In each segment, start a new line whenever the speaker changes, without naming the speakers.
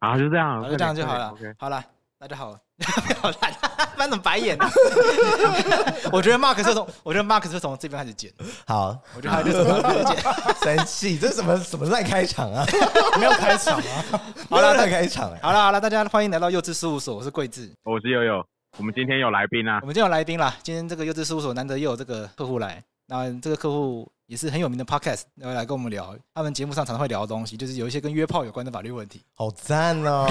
啊，就这样，
好，就这样就好了
o k。
好了， 大家好，好啦，翻怎么白眼呢？啊 我觉得 Mark 是从，我觉得 Mark 是从这边开始剪，
好，
我觉得他就是从这边剪。
生气，这是什么什么烂开场啊？
没有开场 啊！
好了，烂开场哎、
好了好了，大家欢迎来到幼稚事务所，我是桂智。
我是悠悠，我们今天有来宾啊
我，们今天有来宾啦，今天这个幼稚事务所难得又有这个客户来，那这个客户也是很有名的 podcast，然后来跟我们聊他们节目上常常会聊的东西，就是有一些跟约炮有关的法律问题。
好赞 哦！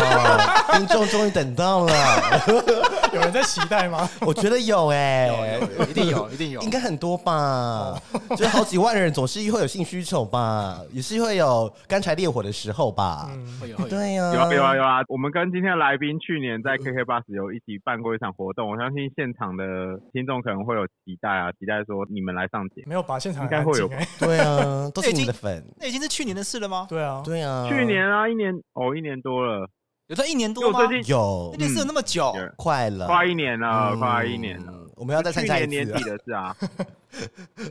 听众终于等到了，
有人在期 待吗？
我觉得有哎、
有，一定有，一定有哦
应。该很多吧，就是好几万人，总是会有性需求吧，也是会有干柴烈火的时候吧。
嗯，
会有会有，
对呀、
有啊有啊有啊，我们跟今天的来宾去年在 KK Bus 有一起办过一场活动，我相信现场的听众可能会有期待啊，期待说你们来上节目。
没有把现场
应该
很安
会有
静欸
对啊，都是你们的粉。
那已经是去年的事了吗？
对啊，
对啊，
去年啊，一年哦，一年多了，
有到一年
因为
多
我
吗？
最近
有
那件事有那么久，
嗯有
快了，
快一年了，
嗯
快一年了，，
我们要再参
去
加一
年年
次
底。的事啊，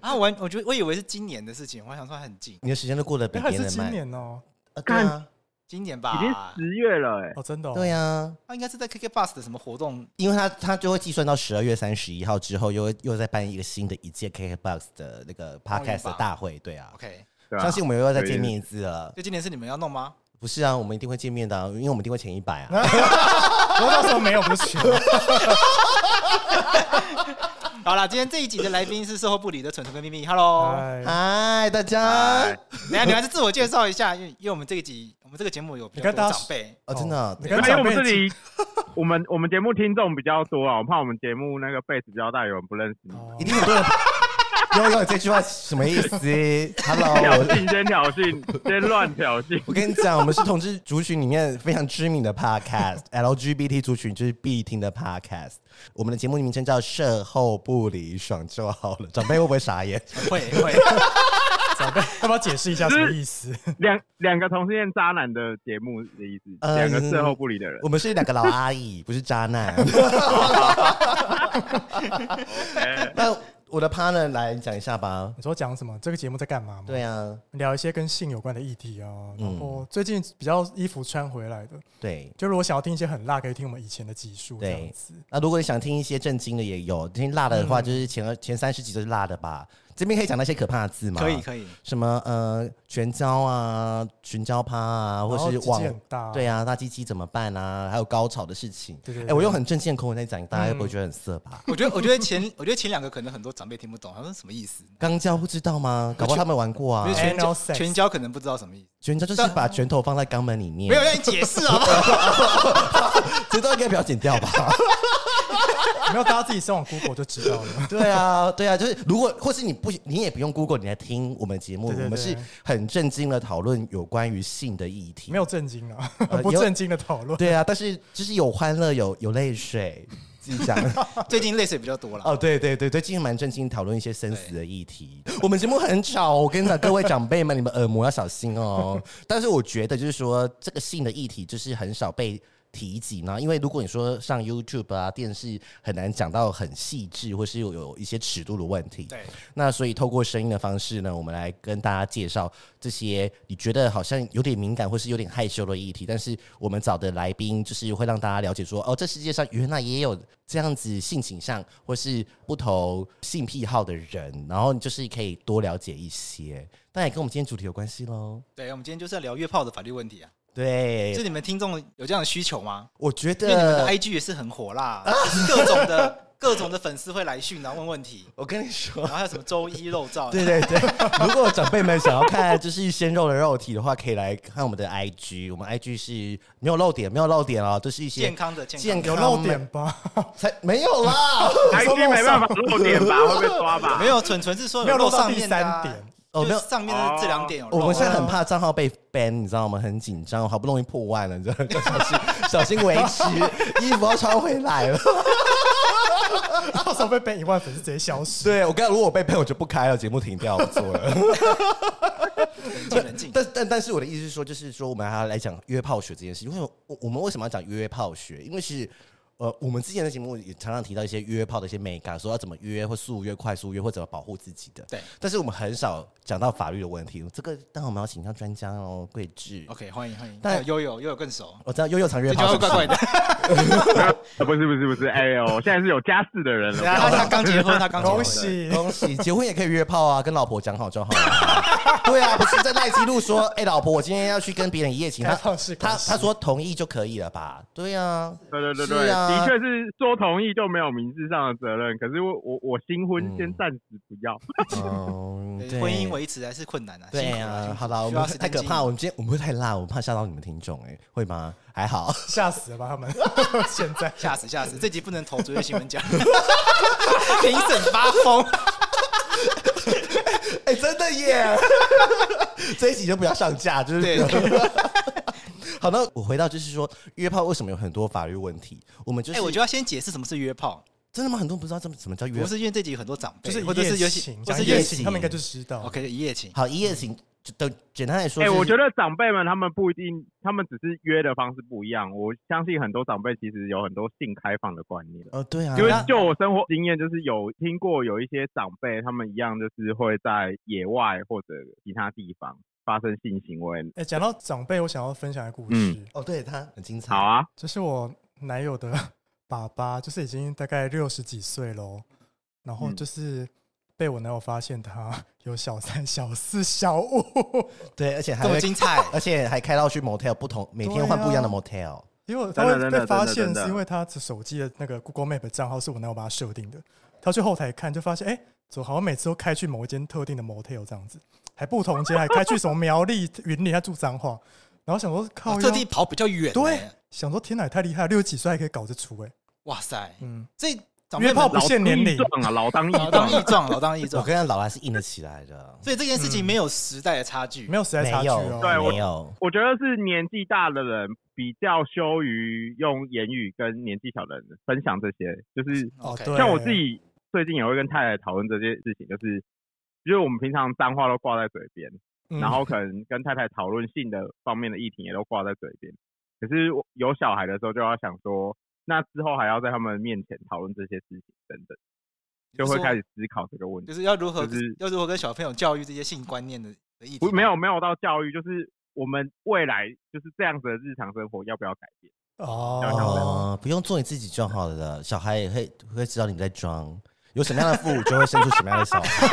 啊，我还我觉得我以为是今年的事情，我还想说还很近，
你的时间都过得比
哎，还
别
是
人
今
慢。
年哦，
啊对啊，
今年
已经
吧，
十月了哎，
哦，真的哦，
对 啊，
他应该是在 KK Bus 的什么活动？
因为他他就会计算到十二月三十一号之后，又会又再办一个新的一届 KKBOX 的那个
元
podcast
吧
的大会，对啊，
OK，
对啊
相，信我们又要再见面一次了。
所以今年是你们要弄吗？
不是啊，我们一定会见面的啊、因为我们一定会前一百啊。
不过到时候没有不行。
好啦，今天这一集的来宾是售后部里的蠢蠢跟咪咪，Hello。哎
哎，
嗨，大家
嗨，
等一下你还是自我介绍一下，因为因为我们这一集我们这个节目有比较
你看大
多
家
长辈，
哦，真的啊，
你
因为
跟
我
长辈
们这里， 我们我们节目听众比较多啊，我怕我们节目那个 base 比较大，有人不认识你。
哦
一定很多人。 悠悠，这句话什么意思 ？Hello，
挑
我
衅，先挑衅，先乱挑衅。
我跟你讲，我们是同志族群里面非常知名的 podcast，LGBT 族群就是必听的 podcast。我们的节目名称叫“售后不理爽就好了”，长辈会不会傻眼？
会会，
长辈要不要解释一下什么意思？
两两个同性恋渣男的节目的意思，
呃
两个事后不理的人。
我们是两个老阿姨，不是渣男。
哎
那我的 partner 来讲一下吧。
你说讲什么？这个节目在干嘛吗？
对嗯啊，
聊一些跟性有关的议题啊，然后最近比较衣服穿回来的，
对。
就如果想要听一些很辣，可以听我们以前的集数这
对
样子。
那如果你想听一些震惊的，也有听辣的话，
嗯
就是前二、前三十集都是辣的吧。这边可以讲那些可怕的字吗？
可以可以。
什么呃，全交啊，群交趴啊，或
然后
是
鸡鸡
网
哦很大
对啊，大鸡鸡怎么办啊？还有高潮的事情。
对对
哎、
对
我用很正经的口吻在讲，大家
嗯
会不会觉得很色吧？
我觉得我觉得前我觉得前两个可能很多长辈听不懂，他说什么意思？
肛交不知道吗？搞不好他们玩过
因为。
啊
全
Anal
交
sex
全交可能不知道什么意思，
全交就是把拳头放在肛门里面。
没有让你解释好不 好？
这段应该不要剪掉 吧？
有没有大家自己上网 Google 就知道 了。
对啊，对啊，就是如果或是你不，你也不用 Google，你来听我们节目，
对对
我们
对
是很震惊的讨论有关于性的议题。
没有震惊啊，
呃
不震惊的讨论。
对啊，但是就是有欢乐，有有泪水，自己讲。
最近泪水比较多了，
哦，对对对对，今天蛮震惊，讨论一些生死的议题。我们节目很吵，我跟你讲，各位长辈们，你们耳膜要小心 哦。但是我觉得就是说，这个性的议题就是很少被。提及呢，因为如果你说上 YouTube 啊、电视，很难讲到很细致，或是有有一些尺度的问题。
对，
那所以透过声音的方式呢，我们来跟大家介绍这些你觉得好像有点敏感或是有点害羞的议题，但是我们找的来宾就是会让大家了解说，哦，这世界上原来也有这样子性倾向或是不同性癖好的人，然后你就是可以多了解一些，但也跟我们今天主题有关系喽。
对，我们今天就是要聊约炮的法律问题啊，是
对，
你们听众有这样的需求吗？
我觉
因为你们的
得，
IG 也是很火辣，
啊
就是各种的 各种的粉丝会来讯，啊然后问问题，
我跟你说
然。后还有什么周一肉 照，
对对 对，如果长辈们想要看就是鲜肉的肉体的话，可以来看我们的 IG，我们 IG 是没有漏点，没有漏点哦，都是一些
健康的健康
健
的，
有
康
漏点吧？
才没有 啦，
，IG 没办法露点吧，会被抓吧？
没有蠢蠢是说
没有
漏
漏到
上
第
面的啊
三点，
哦，没有哦
就，上面的这两点有啊
我
漏。
们现在很怕账号被 ban，你知道吗？很紧张，好不容易破万了，你知道吗， 就小心小心维 持，衣服要穿回来了。
到时候被 ban 一万粉丝直接消失。
对我刚如果我被 ban，我就不开了，节目停掉，不做了。
冷静冷静，
但但但是我的意思是说，就是说我们还要来讲约炮学这件事。因为我我们为什么要讲约炮学？因为是呃，我们之前的节目也常常提到一些约炮的一些美感，说要怎么约或速约、快速约，或怎么保护自己的。
对
但是我们很少讲到法律的问题。这个，但我们要请教专家哦，桂智。
OK，欢迎欢迎。
但
但悠悠悠悠更熟，
我知道悠悠常约
这句
炮
话会怪怪
是不是，
的。
啊不是不是不是，哎呦，现在是有家室的人了，
他他刚结婚，他刚结婚。
恭喜！
恭喜，结婚也可以约炮啊，跟老婆讲好就好了。 对啊，不是在赖记录说，哎、老婆，我今天要去跟别人一夜情，他
开放式
他
关系
他说同意就可以了吧？对 啊，
对对对
是
对，
啊
的确是说同意就没有民事上的责任，可是我我我新婚
嗯
先暂时不要，
嗯，
对
对
婚姻维持还是困难啊。
对
辛苦辛
啊，
苦
好了，我
需要
们
时间
太可
经
怕，
营
我们今天我们会太辣，我们怕吓到你们听众，哎，会吗？还好，
吓死了吧他们！ 现在
吓死吓死！这集不能投主页新闻奖， 评审发疯。
哎，真的耶， 这一集就不要上架，就是
对，
好，那我回到就是说约炮为什么有很多法律问题？我们就是
哎，我就要先解释什么是约炮，
真的吗？很多人不知道这么什么叫约
不是因为这集有很多长辈，
就是
或者是
一
有
夜
些
情，
或
讲
是
一
有
夜
些
情，他们哦应该就知道。
OK 一夜情。
好一夜情，就等简单来说，
哎、我觉
得
得长辈们他们不一定，他们只是约的方式不一样。我相信很多长辈其实有很多性开放的观念，
呃，
嗯
对啊，
因为
那
就我生活经验，就是有听过有一些长辈，他们一样就是会在野外或者其他地方发生性行为。
哎，讲到长辈，我想要分享一个故事
嗯，
哦，对他很精彩，
好，啊，
这是我男友的爸爸，就是已经大概六十几岁喽，然后
嗯
就是被我男友发现他有小三、小四、小五，
对，而且还
这么
会
精彩，哦
而且还开到去 motel 不同，每天换不一样的
对
motel。
因为他
真的
会
真的
被发
真的
现
真的
是因为他的手机的那个 Google Map 账号是我男友帮他设定的，他去后台看就发现，哎，怎么好像每次都开去某一间特定的 motel 这样子，还不同街，还开去什么苗栗、云林，他住彰化，然后想说靠
哦
腰，
特地跑比较远。
对，想说天哪，也太厉害了，六十几岁还可以搞得出哎、
哇塞，
嗯，
这长辈
约炮
们
不限年龄
老当益，壮啊，老当益
老当益
壮。
壮，老当益
我
壮。
跟他老来是硬得起来的，
所以这件事情没有时代的差距，
嗯没有时代
没
差距
有
哦。
对我
没有，
我觉得是年纪大的人比较羞于用言语跟年纪小的人分享这些，就是
哦
OK
对
像我自己最近也会跟太太讨论这件事情，就是因为我们平常脏话都挂在嘴边，
嗯
然后可能跟太太讨论性的方面的议题也都挂在嘴边。可是我有小孩的时候就要想说，那之后还要在他们面前讨论这些事情等等，就会开始思考这个问题
就。是要如何
就是
要如何跟小朋友教育这些性观念的的议题
不，。没有没有到教育，就是我们未来就是这样子的日常生活要不要改变？
哦，
哦，不用做你自己就好了，小孩也会会知道你在装，有什么样的父母就会生出什么样的小孩，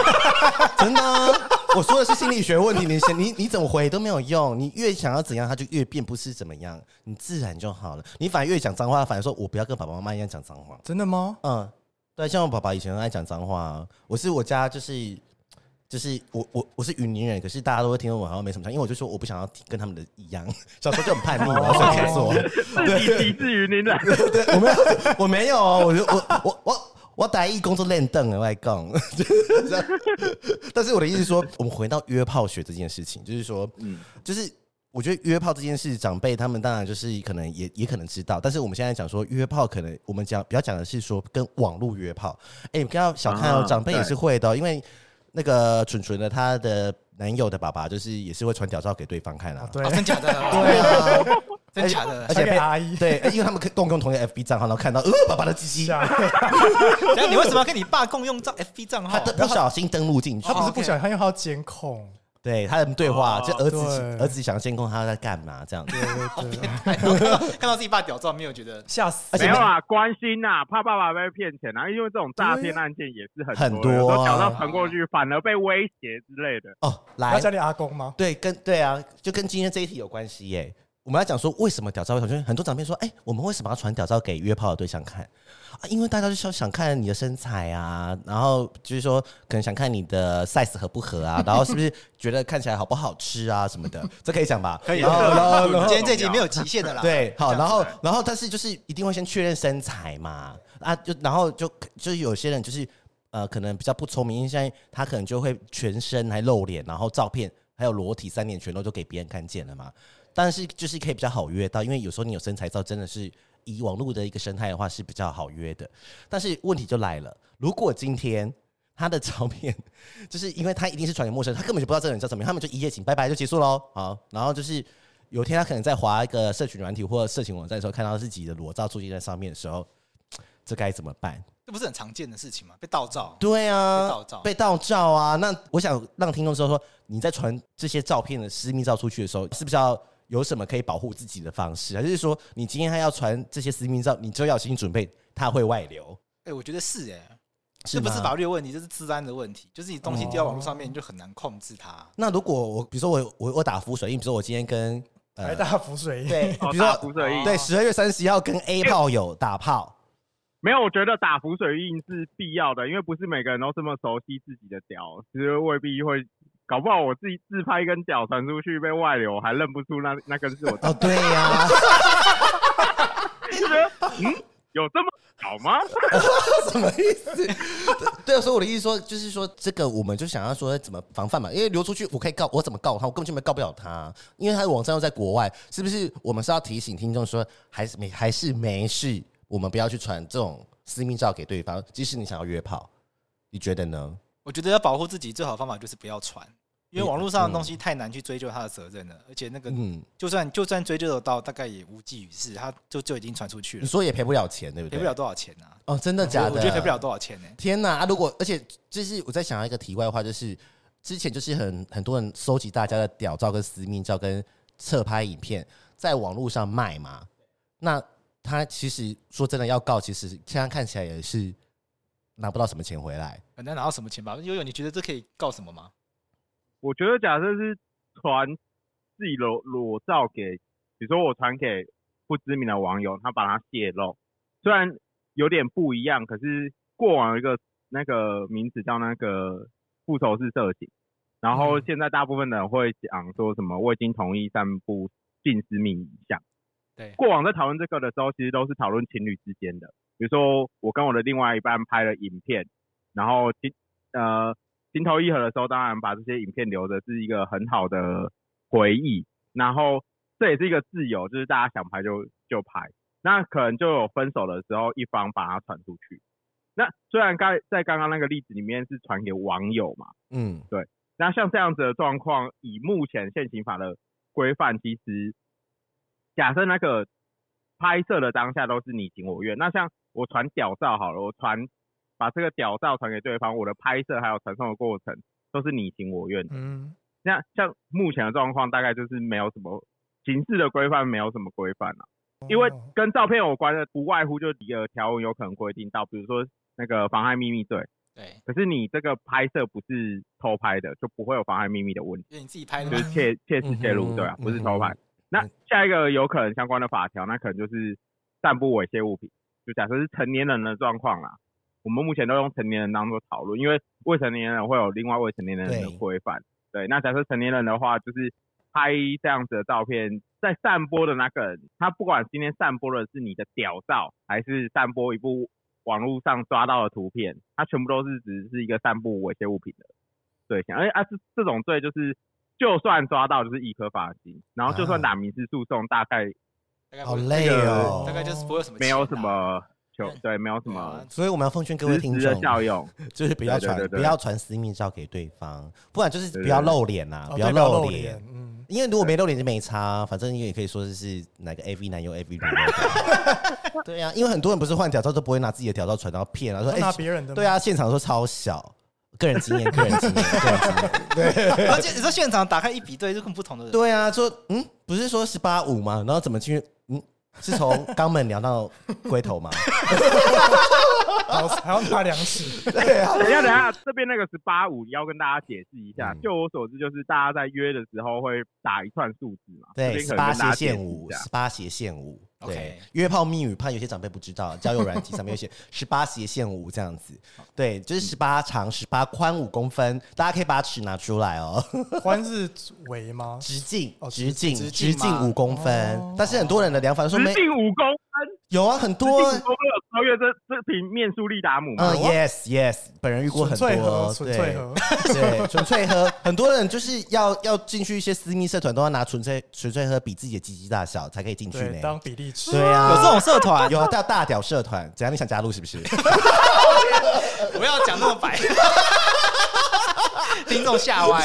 真的啊、我说的是心理学问题，你想你你怎么回都没有用，你越想要怎样，他就越变不是怎么样，你自然就好了。你反而越讲脏话，反而说我不要跟爸爸妈妈一样讲脏话。
真的吗？
嗯，对，像我爸爸以前很爱讲脏话啊、我是我家就是就是我我我是云林人，可是大家都会听我好像没什么差，因为我就说我不想要跟他们的一样，小时候就很叛逆，然后水瓶座，
自己抵制于您的，
对， 我没有，我没有哦，我就我我我我打一工作练凳啊了，外公。 但是我的意思是说，我们回到约炮学这件事情，就是说，嗯，就是。我觉得约炮这件事，长辈他们当然就是可能也也可能知道，但是我们现在讲说约炮，可能我们讲比较讲的是说跟网络约炮。哎、你不要小看哦，
啊
长辈也
对
是会的哦、因为那个蠢蠢的她的男友的爸爸就是也是会传屌照给对方看啊。
对哎
哦，，真假的？
对啊，
真假的
而？且
传
被
给阿姨
对，因为他们共用同一个 FB 账号，然后看到呃爸爸的鸡鸡，
吓哎
等一下你为什么要跟你爸共用账 FB 账号？
他不小心登录进去
哦他，不是不想，他因为他要监控。
对他们对话，
哦
就儿子
对
儿子想监控他在干嘛这样子。
对 对对，
看到自己爸屌照，没有觉得
吓死！
而且
没有啦，关心呐、怕爸爸被骗钱啊，因为这种诈骗案件也是很
很
的有
多
时候
啊
小到传过去反而被威胁之类的。
哦，
他
来，
家里阿公吗？
对，跟对啊，就跟今天这一题有关系耶。我们要讲说为什么屌照会传，就是很多长辈说，哎、我们为什么要传屌照给约炮的对象看啊？因为大家就想想看你的身材啊，然后就是说可能想看你的 size 合不合啊，然后是不是觉得看起来好不好吃啊什么的，这可以讲吧？
可以
然后然后然后
今天这集没有极限的啦。
对，好，
这样子
然后
来
然后但是就是一定会先确认身材嘛，啊，就然后就就有些人就是呃可能比较不聪明，因为现在他可能就会全身还露脸，然后照片还有裸体三点全都就给别人看见了嘛。但是就是可以比较好约到，因为有时候你有身材照，真的是以网络的一个生态的话是比较好约的。但是问题就来了，如果今天他的照片， 就是因为他一定是传给陌生人，他根本就不知道这个人叫什么名，他们就一夜情，拜拜就结束喽。好，然后就是有一天他可能在划一个社群软体或者社群网站的时候，看到自己的裸照出现在上面的时候，这该怎么办？
这不是很常见的事情吗？被盗照，
对啊，
被盗照
被盗照啊。那我想让听众知道说，你在传这些照片的私密照出去的时候，是不是要有什么可以保护自己的方式？还是说，你今天还要传这些私密照，你就要有心理准备它会外流？
哎、我觉得是哎、
是
这不是
吗哦
法律的问题，这是治安的问题。就是你东西丢到网络上面，你就很难控制它。
那如果我，比如说我我我打浮水印，比如说我今天跟呃
还大浮水 印，
对，
哦，
比如
打
说
浮水印，哦
对十二月三十一号跟 A 炮友打炮，
没有，我觉得打浮水印是必要的，因为不是每个人都这么熟悉自己的屌，其实未必会，搞不好我自己自拍一根屌传出去被外流，我还认不出那那根是我的，
哦，对呀、
有这么屌吗？
什么意思？ 对啊，所以我的意思说，就是说这个我们就想要说怎么防范嘛，因为流出去我可以告，我怎么告他？我根本就没告不了他，啊因为他的网站又在国外，是不是？我们是要提醒听众说，还是没还是没事，我们不要去传这种私密照给对方，即使你想要约炮，你觉得呢？
我觉得要保护自己最好的方法就是不要传，因为网络上的东西太难去追究它的责任了，而且那个
嗯，
就算就算追究得到，大概也无济于事，它就就已经传出去
你
了，
说也赔不了钱，对不
赔
对？
不了多少钱啊！
哦，嗯真的假的？
我觉得赔不了多少钱呢、
天呐！啊，如果而且就是我在想要一个题外话，就是之前就是很很多人收集大家的屌照跟私密照跟侧拍影片，在网络上卖嘛。那他其实说真的要告，其实现在看起来也是拿不到什么钱回来。
很难拿到什么钱吧？悠悠，你觉得这可以告什么吗？
我觉得假设是传自己裸裸照给，比如说我传给不知名的网友，他把它泄露，虽然有点不一样，可是过往有一个那个名字叫那个复仇式色情，然后现在大部分的人会讲说什么我已经同意散布性私密影像。
对
过往在讨论这个的时候，其实都是讨论情侣之间的，比如说我跟我的另外一半拍了影片，然后情呃情投意合的时候，当然把这些影片留着是一个很好的回忆，然后这也是一个自由，就是大家想拍就就拍，那可能就有分手的时候一方把它传出去。那虽然刚在刚刚那个例子里面是传给网友嘛，
嗯，
那像这样子的状况，以目前现行法的规范，其实假设那个拍摄的当下都是你情我愿，那像我传屌照好了，我传把这个屌照传给对方，我的拍摄还有传送的过程都是你情我愿的。
嗯，
那像目前的状况，大概就是没有什么形式的规范，没有什么规范啊。因为
哦
跟照片有关的，不外乎就几个条文有可能规定到，比如说那个妨害秘密罪，
对，
可是你这个拍摄不是偷拍的，就不会有妨害秘密的问题。
因为你自己拍的
就
嘛
是。窃窃视窃录，对啊
嗯，哼
不是偷
嗯
拍。那下一个有可能相关的法条，那可能就是散布猥亵物品，就假设是成年人的状况啦。我们目前都用成年人当做讨论，因为未成年人会有另外未成年人的
对
规范。对，那假设成年人的话，就是拍这样子的照片，在散播的那个人，他不管今天散播的是你的屌照，还是散播一部网络上抓到的图片，它全部都是只是一个散布猥亵物品的对象。而且啊，这这种罪就是，就算抓到就是一颗罚金，然后就算
啊
打民事诉讼，大概
大概不
好
会
累哦
大。概就是不会有什么、啊
没有什么求，对，没有什
对
么
啊
所以我们要奉劝各位
实
听
质的
众，
效 用。
就是不要
对对
传
对对
不要传私密照给对方，不然就是
对对
不要
对
露脸啦，
哦
不
对
要
不要
露
露
脸。，
嗯，
因为如果没露脸就没差，啊反正你也可以说是哪个 AV 男优 AV 女优。 对呀、啊，因为很多人不是换屌照都不会拿自己的屌照传到骗啊，说
都
哎、
拿别人的，
对，啊，现场说超小，个人经验，个人经验，个人经验。
啊而且你说现场打开一比对，就更不同的人。
对啊，说嗯，不是说十八五吗？然后怎么去嗯，是从肛门聊到龟头吗？
然后还要拿量尺，
等一下，等一下，这边那个是八五，要跟大家解释一
嗯
下。就我所知，就是大家在约的时候会打一串数字嘛，这
对，
边
十
可能
八
跟大
斜
家解
线
释
舞
一，下
十八斜线舞。对
OK，
约炮密语，怕有些长辈不知道，交友软体上面有写十八斜线舞这样子。对，就是十八长、十八宽五公分，大家可以把尺拿出来哦。
宽是围吗？
直径
哦，
直
直
径，
直径
直径
吗
五公分。但是很多人的量法说没
直径五公分，
有啊，很
直径
多
五公分有超越月这这瓶面书利达姆嘛
嗯，，yes yes，本人遇过
纯
很
粹
多
喝，，纯粹
对
喝，
对，纯粹喝，很多人就是要要进去一些私密社团，都要拿纯粹纯粹喝比自己的鸡鸡大小才可以进去
对，
呢。
当比例尺。
对啊，
有这种社团，
有啊叫大屌社团，怎样？你想加入是 不是？
不要讲那么 白，听众吓歪。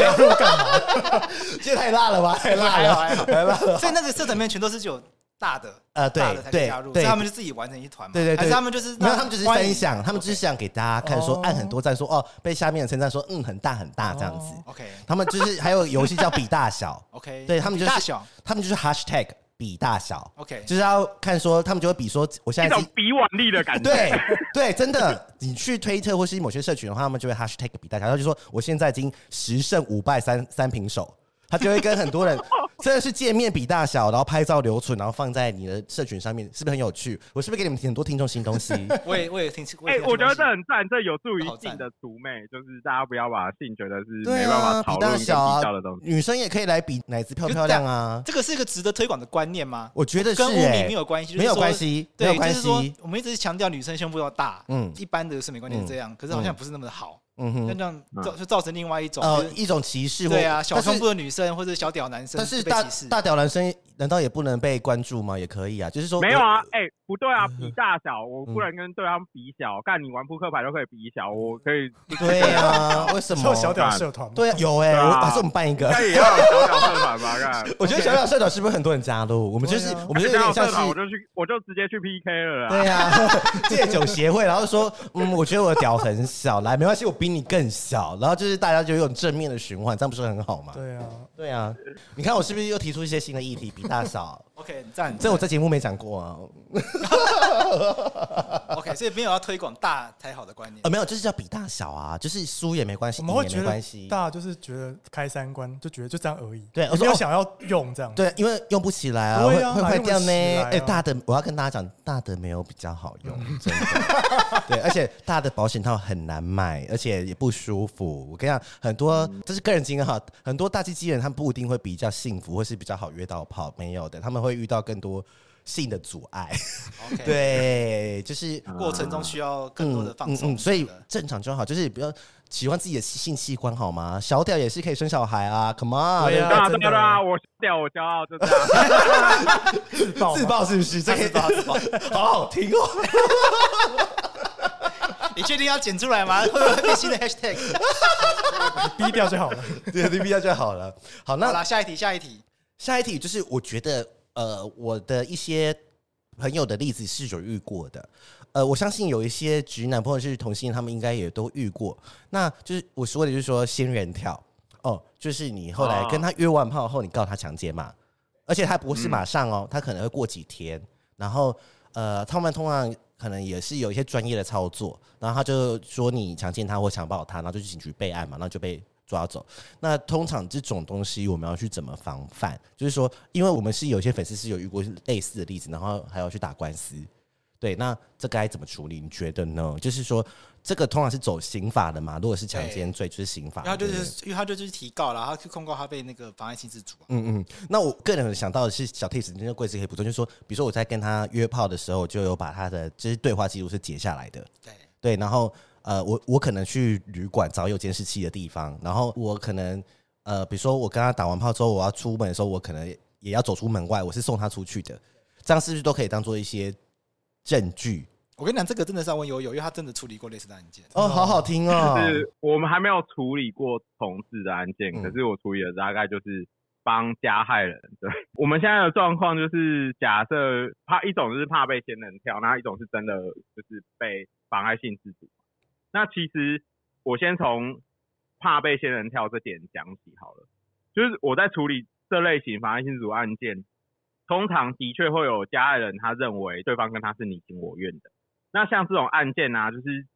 这太辣了吧，太辣
还好
了，
还好，
太辣了。
所以那个社团里面全都是有大的，
呃对
大的才可以加入，所
对对
以他们就自己完成一团嘛。
对对对
还是他们就是
没有，他们就是
欢迎
分享，他们就是想给大家看，说按很多赞，说哦被下面的称赞，说嗯很大很大这样子。
OK
他们就是还有游戏叫比大小，
OK，
对他们就是
大小
他们就是 hashtag 比大小
OK，
就是要看说他们就会比说我现
一
在
种
是。
比腕力的感觉。
对对，真的，你去推特或是某些社群的话，他们就会 hashtag 比大小，然后就说我现在已经十胜五败三三平手，他就会跟 很多人真的是见面比大小，然后拍照留存，然后放在你的社群上面，是不是很有趣？我是不是给你们很多听众新 东西？
我也我也听，
哎、
也听
我觉得
这
这
种
很赞，这有助于
好赞
性的除魅，就是大家不要把性觉得是
对
没办
啊，
法
比
讨论
大
跟比
小啊
较的东，西。
女生也可以来比奶子漂不漂亮啊
东西。这个是一个值得推广的观念吗？
我觉得是、
跟污名
欸
没有关系，就是
没有
说
关系，没
对，
有
就
关
是说
系。
我们一直是强调女生胸部要大，
嗯
一般的审美观点是这样，可是好像不是那么的好，
嗯
那
哼，
这样
嗯
造就造成另外一种
呃
就，是
一种歧视或
对啊，小
但是
胸部的女生或者小屌男生
但是
被
大
歧视。
大屌男生难道也不能被关注吗？也可以啊，就是说
没有啊
我，
哎、不对
嗯
啊，比大小，我不能跟对方比小，干你玩扑克牌都可以比小，我可 以，
对啊，为什
只有
么？
小
哦
屌社团嘛，
对啊，有哎、
对啊
我还是我们办一个
应。
哎
该也要有小小社团吧？ 干，
我觉得小屌社团是不是很多人加入？我们就是、
对啊
我们就有
小
点
小
像
社团我
是。
就去，我就直接去 PK 了啦。
对啊， 戒酒协会，然后说，嗯，我觉得我的屌很小，来，没关系，我比你更小，然后就是大家就有正面的循环，这样不是很好吗？
对啊，
对啊，你看我是不是又提出一些新的议题，比大小？
OK，赞，
这我在节目没讲过啊，
OK，所以没有要推广大才好的观念
呃，。没有，就是叫比大小啊，就是输也没关系，
我们会
赢也
觉
没
得
关系。
大就是觉得开三观，就觉得就这样而已，
对
也
我说
没有
哦
想要用这样，
对，因为用不起来啊，
对
会
啊
会
哪
坏
用得
掉
起
呢。
来
哎，
啊嗯
大的，我要跟大家讲，大的没有比较好用，真的。 对，而且大的保险套很难买，而且也不舒服。我跟你讲，很多
嗯
这是个人经验哈，很多大鸡鸡人他们不一定会比较幸福，或是比较好约到炮，没有的，他们会遇到更多性的阻 碍。
OK，，
对，就是
嗯
嗯
过程中需要更多的放松、
所以正常就好，就是不要喜欢自己的性器官好吗？小屌也是可以生小孩啊，Come on，
对啊
对啊，对
真的
啊，对啊，我屌，我骄傲，就这样。
自爆
自
嘛，
爆是不是？这个
自爆自
好好听哦。
你确定要剪出来吗？会不会变新的 Hashtag？
低调就好了。
对，B B 掉就好了。好，
好
那
啦，下一题，下一题。
下一题就是，我觉得呃，我的一些朋友的例子是有遇过的。呃，我相信有一些直男或者是同性，他们应该也都遇过。那就是我说的，就是说仙人跳哦，就是你后来
啊
跟他约完炮后，你告他强奸嘛，而且他不是马上哦，他可能会过几天，然后呃，他们通常可能也是有一些专业的操作，然后他就说你强奸他或强暴他，然后就去警局备案嘛，然后就被抓走。那通常这种东西我们要去怎么防范？就是说，因为我们是有些粉丝是有遇过类似的例子，然后还要去打官司。对，那这该怎么处理？你觉得呢？就是说，这个通常是走刑法的嘛？如果是强奸罪，就是刑法。
然后就
啊对不对
是，因为他就就是提告了，他去控告他被那个妨碍性自主啊。
嗯嗯，那我个人想到的是小 tips，那个柜子可以补充，就是说，比如说我在跟他约炮的时候，就有把他的就是对话记录是截下来的，
对，
对，然后呃，我我可能去旅馆找有监视器的地方，然后我可能呃，比如说我跟他打完炮之后，我要出门的时候，我可能也要走出门外，我是送他出去的，这样是不是都可以当做一些证据？
我跟你讲，这个真的是要问悠悠，因为他真的处理过类似的案件。
哦，好好听哦，
就是我们还没有处理过同志的案件，
嗯
可是我处理的大概就是帮加害人。对，我们现在的状况就是，假设怕一种就是怕被仙人跳，那一种是真的就是被妨碍性自主。那其实我先从怕被仙人跳这点讲起好了，就是我在处理这类型妨碍性自主案件，通常的确会有加害人他认为对方跟他是你情我愿的。那像这种案件啊，就是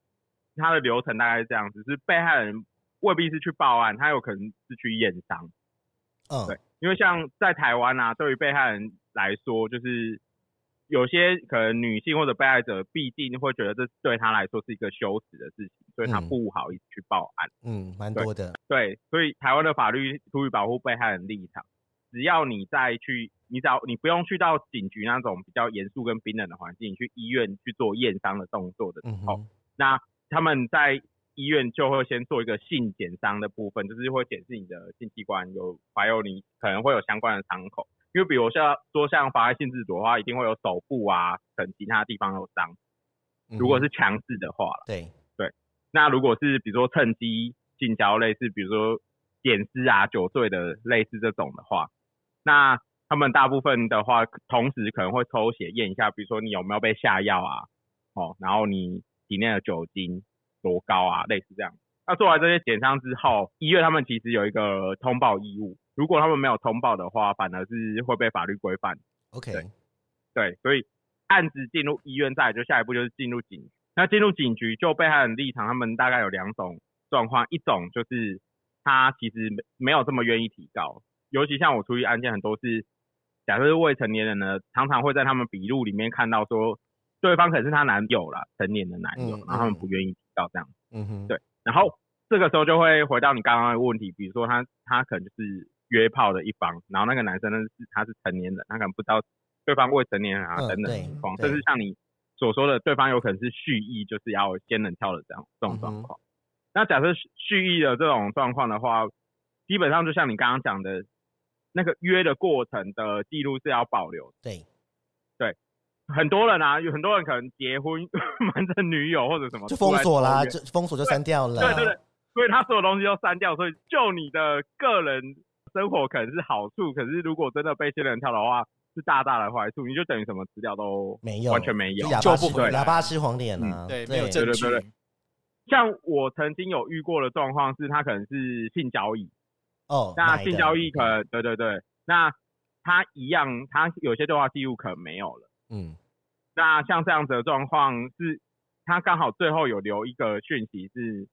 它的流程大概是这样子，就是被害人未必是去报案，他有可能是去验伤，
嗯
对因为像在台湾啊，对于被害人来说，就是有些可能女性或者被害者必定会觉得这对他来说是一个羞耻的事情，所以他
嗯
不好意思去报案。
嗯，蛮多的，
对，所以台湾的法律出于保护被害人立场，只要你再去，你只要你不用去到警局那种比较严肃跟冰冷的环境，你去医院去做验伤的动作的时
嗯
候，
哼，
那他们在医院就会先做一个性检伤的部分，就是会检视你的性器官有还有你可能会有相关的伤口，因为比如像说像妨碍性自主的话，一定会有手部啊等其他地方有伤，
嗯哼
如果是强制的话啦
对，
那如果是比如说趁机性交类似，比如说点丝啊、酒醉的类似这种的话，那他们大部分的话，同时可能会抽血验一下，比如说你有没有被下药啊，哦，然后你体内的酒精多高啊，类似这样。那做完这些检伤之后，医院他们其实有一个通报义务，如果他们没有通报的话，反而是会被法律规范。
，OK，
对，所以案子进入医院，再来就下一步就是进入警局。那进入警局就被害人立场，他们大概有两种状况，一种就是他其实没没有这么愿意提告，尤其像我处理案件很多是，假设是未成年人呢，常常会在他们笔录里面看到说，对方可能是她男友啦，成年的男友，
嗯
然后他们
嗯
不愿意提告这样。
嗯哼，
对然后这个时候就会回到你刚刚的问题，比如说他他可能就是约炮的一方，然后那个男生呢是他是成年人，他可能不知道对方未成年人啊、
嗯
等等
对
情况，
对
甚至像你所说的，对方有可能是蓄意就是要仙人跳的这样这种状
嗯
况。那假设蓄蓄意的这种状况的话，基本上就像你刚刚讲的，那个约的过程的记录是要保留的
对，
很多人啊，有很多人可能结婚 瞒着女友或者什么，
就封锁啦，
出来抽
就封锁就删掉了，
烟对对对，所以他所有东西都删掉，所以就你的个人生活可能是好处，可是如果真的被仙人跳的话，是大大的坏处，你就等于什么资料都
没有，
完全没有
就哑
救
巴
不
吃
回来
哑巴吃黄连啊，
嗯
对，没有证据
对对，像我曾经有遇过的状况是，他可能是性交易，
哦，
那
买的
性交易可能对对对，那他一样，他有些对话记录可能没有了。
嗯
那像这样子的状况是，他刚好最后有留一个讯息是，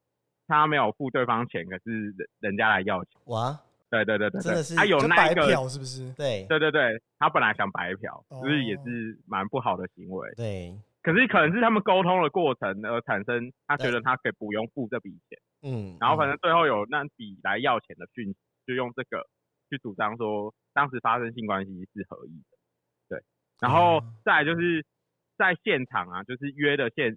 他没有付对方钱，可是人人家来要钱。
哇，
对对对对
真的
对，
是
他有
就
那
白
一个
嫖是不是？
对
对对对，他本来想白嫖，就是也
哦
是蛮不好的行为。
对，
可是可能是他们沟通的过程而产生，他觉
对
得他可以不用付这笔钱，
嗯，
然后反
嗯
正最后有那笔来要钱的讯息，就用这个去主张说当时发生性关系是合意的，对。然后
嗯
再来就是在现场啊，就是约的现，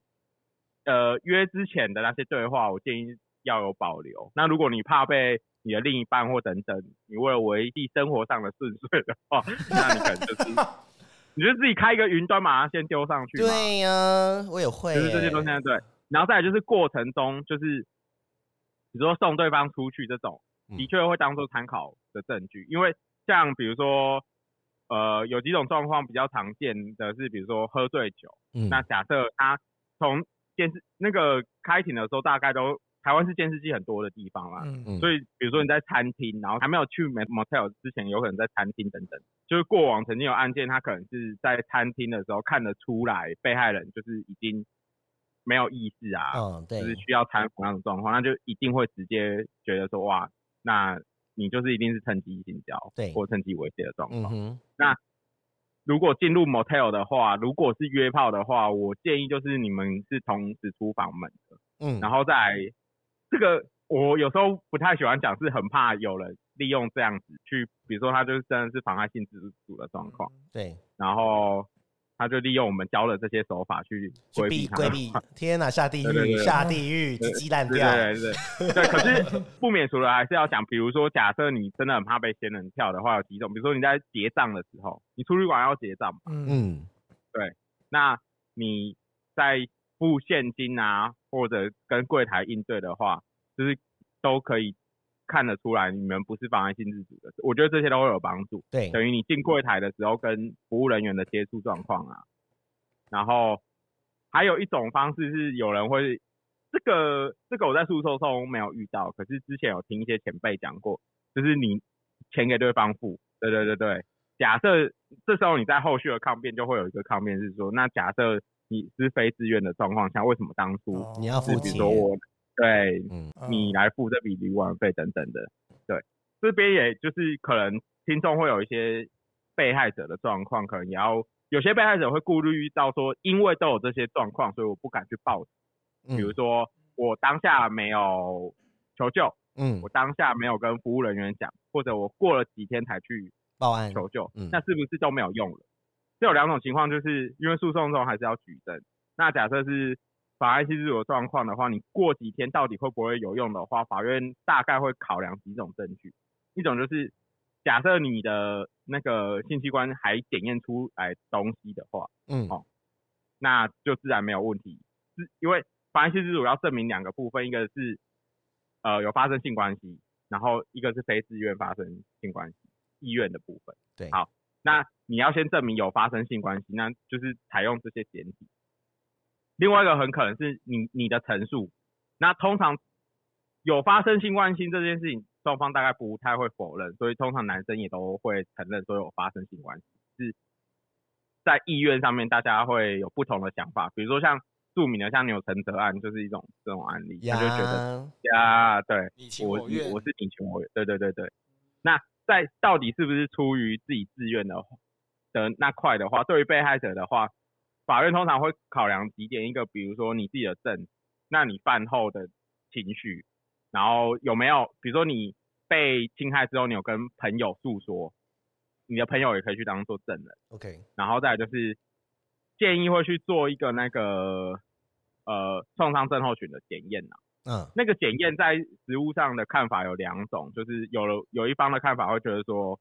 呃，约之前的那些对话，我建议要有保留。那如果你怕被你的另一半或等等，你为了维系生活上的顺遂的话， 那你可能 就是，你就自己开一个云端，马上先丢上去嘛。
对呀、我也会、
就是这些东西啊对。然后再来就是过程中，就是比如说送对方出去这种，
嗯
的确会当做参考的证据，因为像比如说，呃，有几种状况比较常见的是，比如说喝醉酒，
嗯
那假设他从电视那个开庭的时候，大概都台湾是监视器很多的地方啦，
嗯，
嗯
所以比如说你在餐厅，然后还没有去 motel 之前，有可能在餐厅等等，就是过往曾经有案件，他可能是在餐厅的时候看得出来被害人就是已经没有意识啊，
嗯对
就，是需要搀扶那种状况，那就一定会直接觉得说哇，那你就是一定是趁机性交，
对
或趁机猥亵的状
嗯
况。
哼，
如果进入 motel 的话，如果是约炮的话，我建议就是你们是同时出房门的。
嗯，
然
后
后再来这个我有时候不太喜欢讲，是很怕有人利用这样子去，比如说他就是真的是妨害性自主的状况，
对，
然后他就利用我们教的这些手法去
去
规避
避
他。
规避，天哪、下地
对对
狱，
对
下地狱，鸡
对
鸡烂
对
掉，
对对对对，可 是不免除了还是要讲，比如说假设你真的很怕被仙人跳的话，有几种，比如说你在结账的时候，你出旅馆要结账嘛，
嗯，
嗯，
那你在付现金啊，或者跟柜台应对的话，就是都可以看得出来你们不是妨碍性自主的。我觉得这些都会有帮助，
对，
等于你进柜台的时候跟服务人员的接触状况啊。然后还有一种方式是有人会，这个这个我在诉讼中没有遇到，可是之前有听一些前辈讲过，就是你钱给对方付，对对对对。假设这时候你在后续的抗辩就会有一个抗辩是说，那假设你是非自愿的状况下，为什么当初
哦
你要付
是比如说我对
嗯
你来付这笔旅馆费等等的。对，这边也就是可能听众会有一些被害者的状况，可能也要有些被害者会顾虑到说，因为都有这些状况，所以我不敢去报警。
嗯
比如说我当下没有求救，
嗯
我当下没有跟服务人员讲，或者我过了几天才去
报案，
求救，
嗯
那是不是就没有用了？这有两种情况，就是因为诉讼中还是要举证。那假设是妨碍系数有状况的话，你过几天到底会不会有用的话，法院大概会考量几种证据，一种就是假设你的那个性器官还检验出来东西的话，
嗯
哦那就自然没有问题，是因为妨碍性自主要证明两个部分，一个是呃有发生性关系，然后一个是非自愿发生性关系意愿的部分。
对
好，那你要先证明有发生性关系，那就是采用这些简体。另外一个很可能是你你的陈述，那通常有发生性关系这件事情，双方大概不太会否认，所以通常男生也都会承认说有发生性关系，是在意愿上面大家会有不同的想法，比如说像著名的像钮承泽案就是一种这种案例，他就觉得
呀，
呀，对，
你情
我
我
是
愿
我是你情我愿，对对对对。那在到底是不是出于自己自愿的话的那块的话，对于被害者的话，法院通常会考量几点，一个比如说你自己的证，那你犯后的情绪，然后有没有比如说你被侵害之后，你有跟朋友诉说，你的朋友也可以去当做证人。
，OK，
然后再来就是建议会去做一个那个呃创伤症候群的检验啊。
嗯
那个检验在实物上的看法有两种，就是有了有一方的看法会觉得说，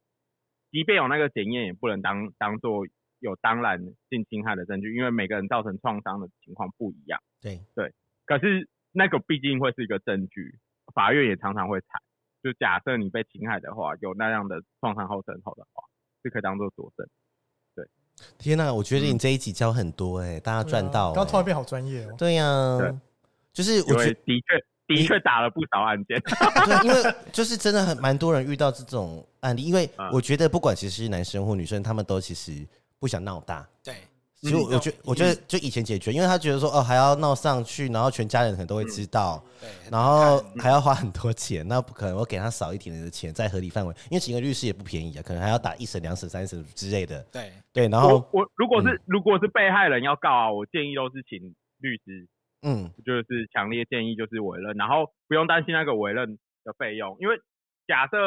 即便有那个检验，也不能当当做有当然性侵害的证据，因为每个人造成创伤的情况不一样。
对
对，可是那个毕竟会是一个证据，法院也常常会采。就假设你被侵害的话，有那样的创伤后症候的话，是可以当做佐证。
天哪，我觉得
嗯
你这一集教很多哎、大家赚到、
啊刚突然
欸，
变好专业哦。
对呀、
对
就是我
因
觉
为的确的确打了不少案件。
对，因为就是真的很蛮多人遇到这种案例，因为
嗯
我觉得不管其实是男生或女生，他们都其实不想闹大。
对，
其实
嗯
我我觉我觉得就以前解决，因为他觉得说哦还要闹上去，然后全家人可能都会知道，
嗯
对，
然后还要花很多钱，那不可能我给他少一点的钱在合理范围，因为请个律师也不便宜啊，可能还要打一审、两审、三审之类的。
对，，
对，然后
我我如果是、
嗯
如果是被害人要告啊，我建议都是请律师
嗯
就是强烈建议就是委任，然后不用担心那个委任的费用，因为假设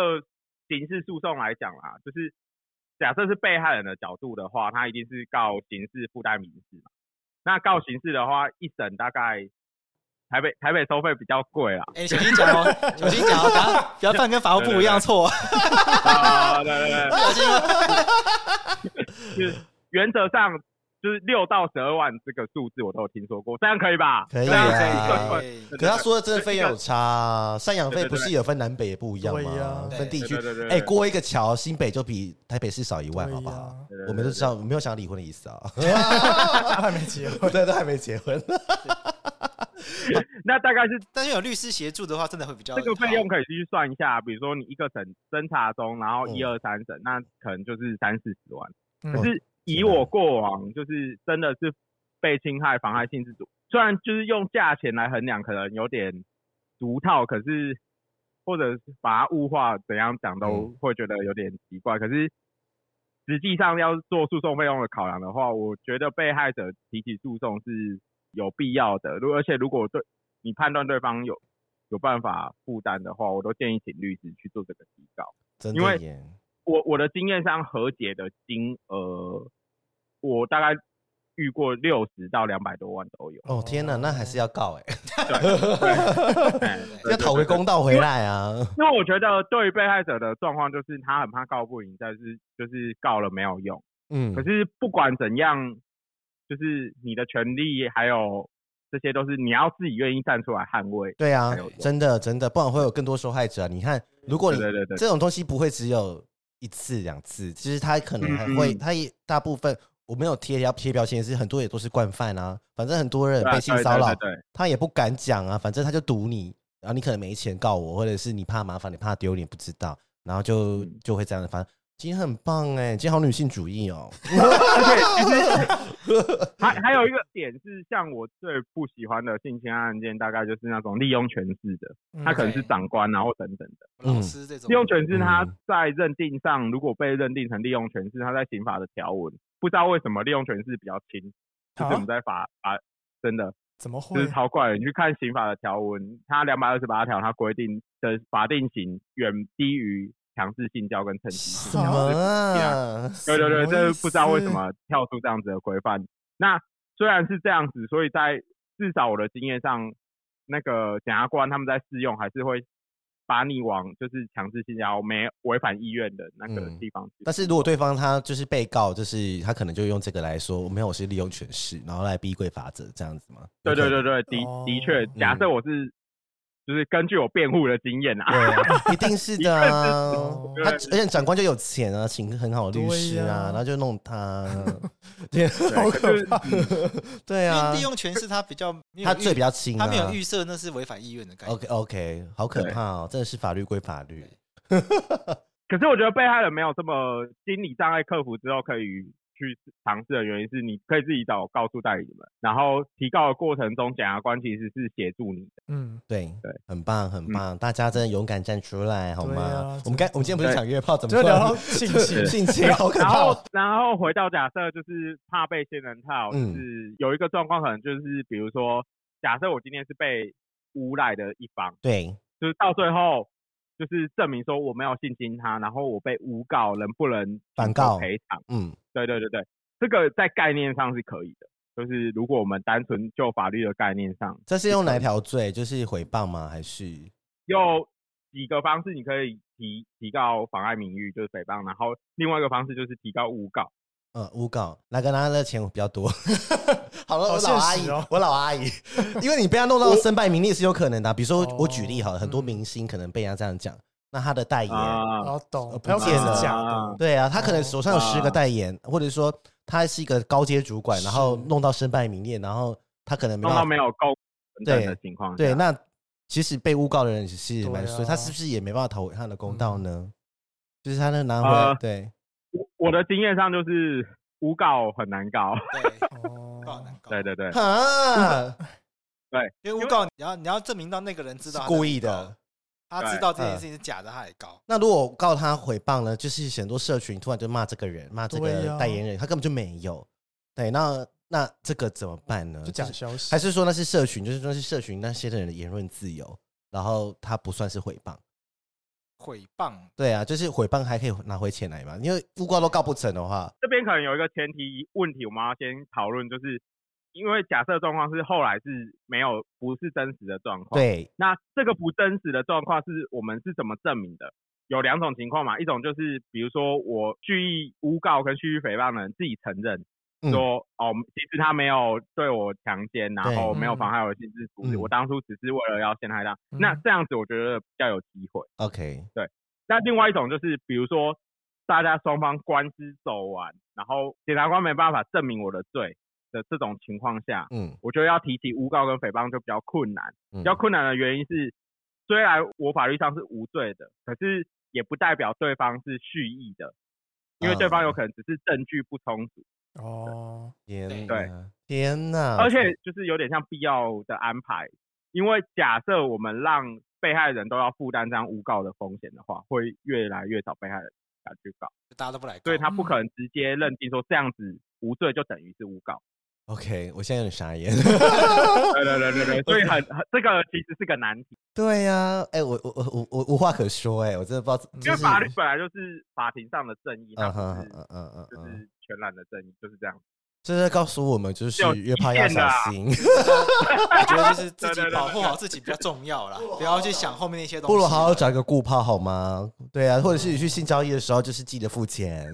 刑事诉讼来讲啦，就是假设是被害人的角度的话，他一定是告刑事附带民事嘛。那
嗯
告刑事的话，一审大概台北台北收费比较贵 啦
哎，小心讲哦，小心讲哦，不要不要犯跟法务部一样错，
啊、对对对，就是原则上就是六到十二万这个数字我都有听说过，这样可以吧？
可以
这样
啊
可以
可他说的真的费用有差、啊，赡养费
对对
不
对
是有分南北也不一样吗？
对啊
分地区
对对对，对
哎、
对
过一个桥，新北就比台北市少一万，
对呀
好不好
对对？对
我们都知道，没有想要离婚的意 思啊，
他啊 还没结婚，
对，都还没结婚。
那大概是
但是有律师协助的话，真的会比较
这个费
好
用可以去算一下，比如说你一个省侦查中，然后一二三省，那可能就是三四十万。
嗯
可是以我过往，就是真的是被侵害、妨害性自主，虽然就是用价钱来衡量，可能有点俗套，可是或者是把它物化，怎样讲都会觉得有点奇怪。可是实际上要做诉讼费用的考量的话，我觉得被害者提起诉讼是有必要的。如而且如果对你判断对方有有办法负担的话，我都建议请律师去做这个提告。
真
因
的
为
耶，。
我我的经验上和解的金额，我大概遇过六十到两百多万都有
哦天哪，那还是要告哎、
哎
要讨回。公道回来啊。
因为我觉得对于被害者的状况，就是他很怕告不赢，但是就是告了没有用。
嗯
可，是不管怎样，就是你的权利还有这些都是你要自己愿意站出来捍卫。
对啊
还有，
真的真的，不然会有更多受害者啊、你看，如果
对
你
对对对，
这种东西不会只有一次两次，其实他可能还
嗯
会，
嗯
他也大部分我没有贴要贴标签，是很多也都是惯犯啊。反正很多人
对啊
被性骚扰
对，对对
他也不敢讲啊，反正他就堵你，然后你可能没钱告我，或者是你怕麻烦，你怕丢脸，不知道，然后就
嗯
就会这样的发。今天很棒哎、今天好女性主义 哦、
对，还还有一个点是，像我最不喜欢的性侵害案件，大概就是那种利用权势的，
嗯
他可能是长官啊或等等的。
老师这种
利用权势，它
嗯
在认定上，如果被认定成利用权势，它在刑法的条文，不知道为什么利用权势比较轻，就是我们
啊
在法法真的
怎么
就
会
是？超怪的。你去看刑法的条文，它两百二十八条，它规定的法定刑远低于强制性交跟趁机性
什
交。
么
对
啊？
对对对，
什
这
意
不知道为什
思
么跳出这样子的规范。那虽然是这样子，所以在至少我的经验上，那个检察官他们在试用还是会把你往就是强制性交没违反意愿的那个
嗯
地方去。
但是如果对方他就是被告，就是他可能就用这个来说，没有，我是利用权势，然后来逼跪法则这样子吗？
对对
有可
对对，的的确，
嗯
哦
假设我是就是根据我辩护的经验啊，
能，对啊，一定是的 啊。
对
他而且长官就有钱啊，请很好的律师
对
啊
呀，
然后就弄他，啊 对，
好可怕！
对
因为
啊
利，用权是他比较没有
他
预
罪比较轻啊，
他没有预设那是违反意愿的概念。
OK OK，好可怕哦，真的是法律归法律。
可是我觉得被害人没有这么心理障碍克服之后可以去尝试的原因是，你可以自己找告诉代理人，然后提告的过程中，检察官其实是协助你的。
嗯，
对
对，
很棒很棒，大家真的勇敢站出来好
对啊
吗？我
真
们
的
刚我们今天不是
对
讲约炮，怎么
就
突
聊
然
到性情，
性侵好可
然
怕
后
哦？，
然后回到假设，就是怕被仙人套，就
嗯
是有一个状况，可能就是比如说，假设我今天是被诬赖的一方，
对，
就是到最后就是证明说我没有性侵他，然后我被诬告，能不能
反
请求
告
赔偿？
嗯，
对对对对，这个在概念上是可以的，就是如果我们单纯就法律的概念上，
这是用哪一条罪？就是诽谤吗？还是
有几个方式你可以提提告妨碍名誉，就是诽谤，然后另外一个方式就是提告诬告。
呃，诬告，哪个拿的钱比较多？ 好了，
好
我老阿
现
姨
实哦，
我老阿姨， 因为你被他弄到身败名裂是有可能的啊。比如说，我举例好了，
哦
很多
嗯
明星可能被人家这样讲，那他的代言，
啊、
然后懂
呃，不
还有可能
见了
是假
啊
的，
对啊，他可能手上有
哦
十个代言，或者说他是一个高阶主管，
是
然后弄到身败名裂，然后他可能没
弄到
办
没
法。
有够等等的
对
情况下，
对，那其实被诬告的人也是蛮
对啊
衰，他是不是也没办法讨回他的公道呢？就是他那拿回
呃
来，对，
我我的经验上就是诬告很难 告。
对，诬告很
哦
难，告。
对，对对，
啊，
因为诬告，你要你要证明到那个人知道
是
他在
故意
诬告
的，。
他知道这件事情是假的，他也告。
那如果我告他诽谤呢？就是很多社群突然就骂这个人，骂这
对
个
呀
代言人，他根本就没有。对，那那这个怎么办呢？
就假消息，
还呃是说那是社群，就是说是社群那些人的言论自由，然后他不算是诽谤。
诽谤
对啊，就是诽谤还可以拿回钱来嘛，因为诬告都告不成的话，
这边可能有一个前提问题，我们要先讨论，就是因为假设状况是后来是没有不是真实的状况，，
对，
那这个不真实的状况是我们是怎么证明的？有两种情况嘛，一种就是比如说我蓄意诬告跟蓄意诽谤的人自己承认
嗯
说、哦，其实他没有对我强奸，然
对
后没有
嗯
妨害我的性自主，
嗯
我当初只是为了要陷害他，
嗯
那这样子我觉得比较有机会。
，OK，
那另外一种就是，比如说大家双方官司走完，然后检察官没办法证明我的罪的这种情况下，
嗯，
我觉得要提起诬告跟诽谤就比较困难。比
嗯
较困难的原因是，虽然我法律上是无罪的，可是也不代表对方是蓄意的，因为对方
嗯
有可能只是证据不充足，
哦，
天
对
哪，天哪，
而且就是有点像必要的安排。因为假设我们让被害人都要负担这样诬告的风险的话，会越来越少被害人敢去告。
大家都不来告，
所以
哦
他不可能直接认定说这样子无罪就等于是诬告。
OK，我现在有点傻眼。 哦
对对对对对，所以很很这个其实是个难题，
对呀、哎、我我我我我无话可说、哎，我真的不知道，
因
就
为
是
法律本来就是法庭上的正义，它
嗯
不
哼
是
嗯嗯嗯
就
嗯，
是全然的正义，就是这样。
这是告诉我们，就是
有
约
极
炮要
限
小
的啊
心。
我觉得就是自己
对对对
保护好自己比较重要啦，不要去想后面那些东西。
不如好好找一个顾炮好吗？对啊，或者是你去性交易的时候，就是记得付钱。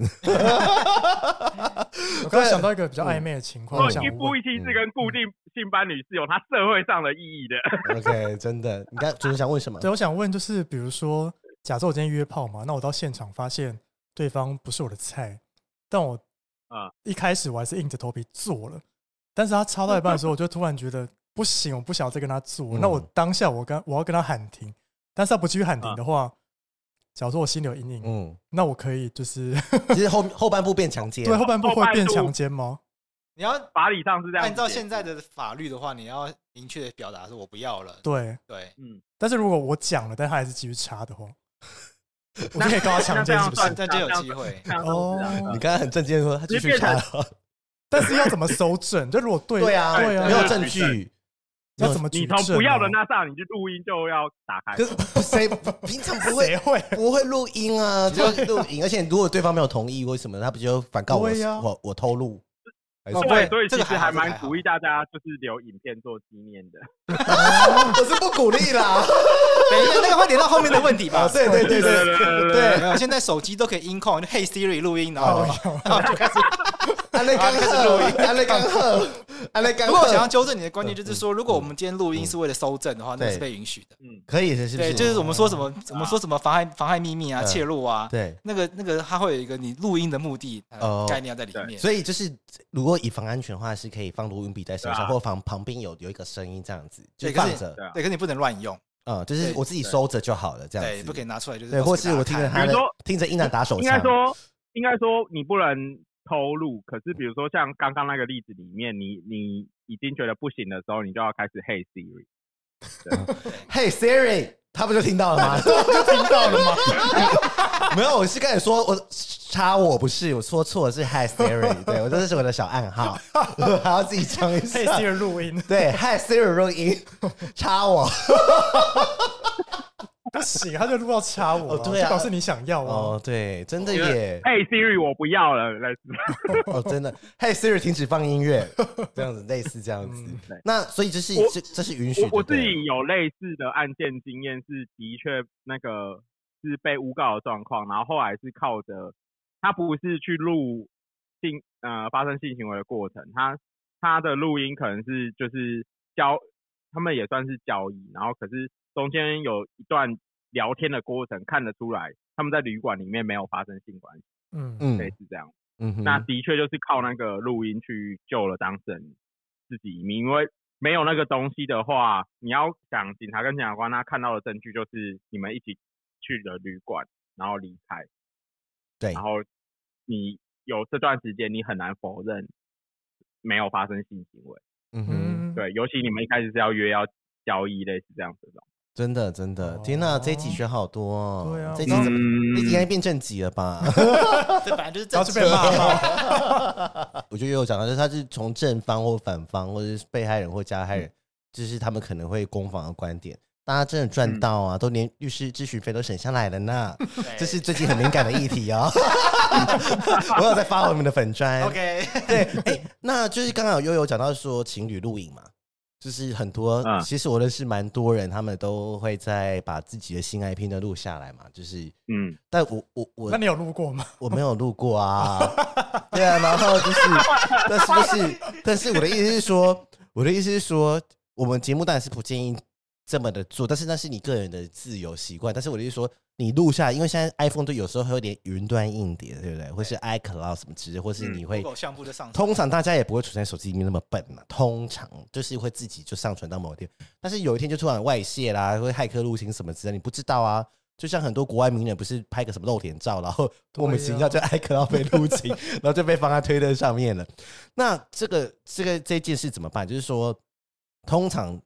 呃
我
啊
刚刚想到一个比较暧昧的情况，
所
我哦想
哦以一
问
夫一妻制跟固定性伴侣是有它社会上的意义的。
OK，真的，你刚主持人想问什么？
对，我想问，就是比如说，假设我今天约炮嘛，那我到现场发现对方不是我的菜，但我
啊
一开始我还是硬着头皮做了，但是他插到一半的时候，我就突然觉得不行，我不想要再跟他做。那我
嗯
当下我跟我要跟他喊停，但是他不继续喊停
啊
的话，假如说我心里有阴影，
嗯，
那我可以就是
其实后后半部变强奸，
对后半部
后
会
半
变
部
强奸吗？
你要
法理上是这样，
按照现，在的法律的话，你要明确的表达说我不要了。
对，
对，
嗯，
但是如果我讲了，但他还是继续插 的话，我
那
就可以告他强奸，是不
那
是
这样算？
这样就有机会。
这样子啊
哦
你刚刚很震惊地说他继续
变
查
成
了，
但是要怎么搜证？就如果对
对啊，
对啊，
没有
对
证据，
要怎么举
你
证
从
啊、
不要的那刹，你去录音就要打开
可。是谁平常不
谁啊
会
会？
不会录音啊？只有录影，而且如果对方没有同意，为什么他不就反告我
对呀
我我偷录？还是
哦不
对，
会
所以其
这
实
个还好
还
这个
蛮
还好
鼓励大家就是留影片做纪念的。
我是不鼓励啦。
等一下，那个会连到后面的问题吧
啊，？对对对对
对对对
对。
没有，现在手机都可以音控，就 Hey Siri 录音，然后
哦
然后就开始。
安内刚好，安内刚好， 安内刚
不
好
过我想要纠正你的观念，就是说，如果我们今天录音是为了搜证的话，那
嗯对
是被允许的。
嗯，
可以的，是不是？哦
对，就是我们说什么，我们说什么妨害妨害秘密啊、
嗯
窃录啊，
对。
那个那个，它会有一个你录音的目的呃
哦
概念在里面。
所以就是，如果以防安全的话，是可以放录音笔在身
对
上，
啊
或旁旁边有有一个声音这样子，就
对可是
放着，
对啊
对，可是你不能乱用，
嗯，就是我自己收着就好了，这样
对，
子，
不可以拿出来就是。
对，或是我听
听
着
了，
他
比
的
如说，
听着伊娜打手
应该
枪，
说，应该说你不能偷录，可是比如说像刚刚那个例子里面，你你已经觉得不行的时候，你就要开始 Hey Siri。
嘿 Siri，他不就听到了吗？
听到了 吗？
没有，我是跟你说，我插我不是，我说错了，是 Hi Siri，对我这是我的小暗号， 我还要自己讲一下
配。信录音，
对，Hi Siri 录音， 插我。
不行，他就录到插我、
哦对啊
就表示你想要啊。
哦，对，真 的耶，
Hey Siri，我不要了，类似。
哦，真的，Hey Siri，停止放音乐，这样子，类似这样子
嗯。
对
那所以就是
我
这这是允许的
我，我自
对
己有类似的案件经验，是的确那个是被诬告的状况，然后后来是靠着他不是去录性呃发生性行为的过程，他他的录音可能是就是交他们也算是交易，然后可是中间有一段聊天的过程看得出来，他们在旅馆里面没有发生性关系，
嗯，
类
嗯
似这样。
嗯哼，
那的确就是靠那个录音去救了当事人自己一命，因为没有那个东西的话，你要想警察跟检察官他看到的证据就是你们一起去了旅馆，然后离开，
对
然后你有这段时间你很难否认没有发生性行为，
嗯哼，
嗯，
对，尤其你们一开始是要约要交易类似这样子的，
真的真的，天哪，这一集学好多哦，
对啊
这一集怎么？这一集应该
嗯，
变正集了吧？
这本来就是正
然后就
确
被骂
的。
了。
我就有讲到，就是他是从正方或反方，或者是被害人或加害人，就是他们可能会攻防的观点。大家真的赚到啊，都连律师咨询费都省下来了呢。
对
这是最近很敏感的议题哦。我有在发我们的粉砖。
OK，
对，哎、那就是刚刚有悠悠讲到说情侣露营嘛，就是很多，
嗯
其实我认识蛮多人，他们都会在把自己的性爱片都录下来嘛，就是，
嗯，
但我我我
那你有录过吗？
我没有录过啊， 对啊，然后就是，但是就是，但是我的意思是说，我的意思是说，我们节目当然是不建议这么的做，但是那是你个人的自由习惯。但是我的意思是说，你录下来，因为现在 iPhone 都有时候会有点云端硬碟，对不对？或是 iCloud 什么之类，或是你会
狗相簿就上。
通常大家也不会存在手机里面那么笨嘛，通常就是会自己就上传到某个地方，但是有一天就突然外泄啦，会骇客入侵什么之类，你不知道啊。就像很多国外名人不是拍个什么露点照，然后莫名其妙就艾克要被 入侵，然后就被放在推特上面了。那这个这个这件事怎么办？就是说，通常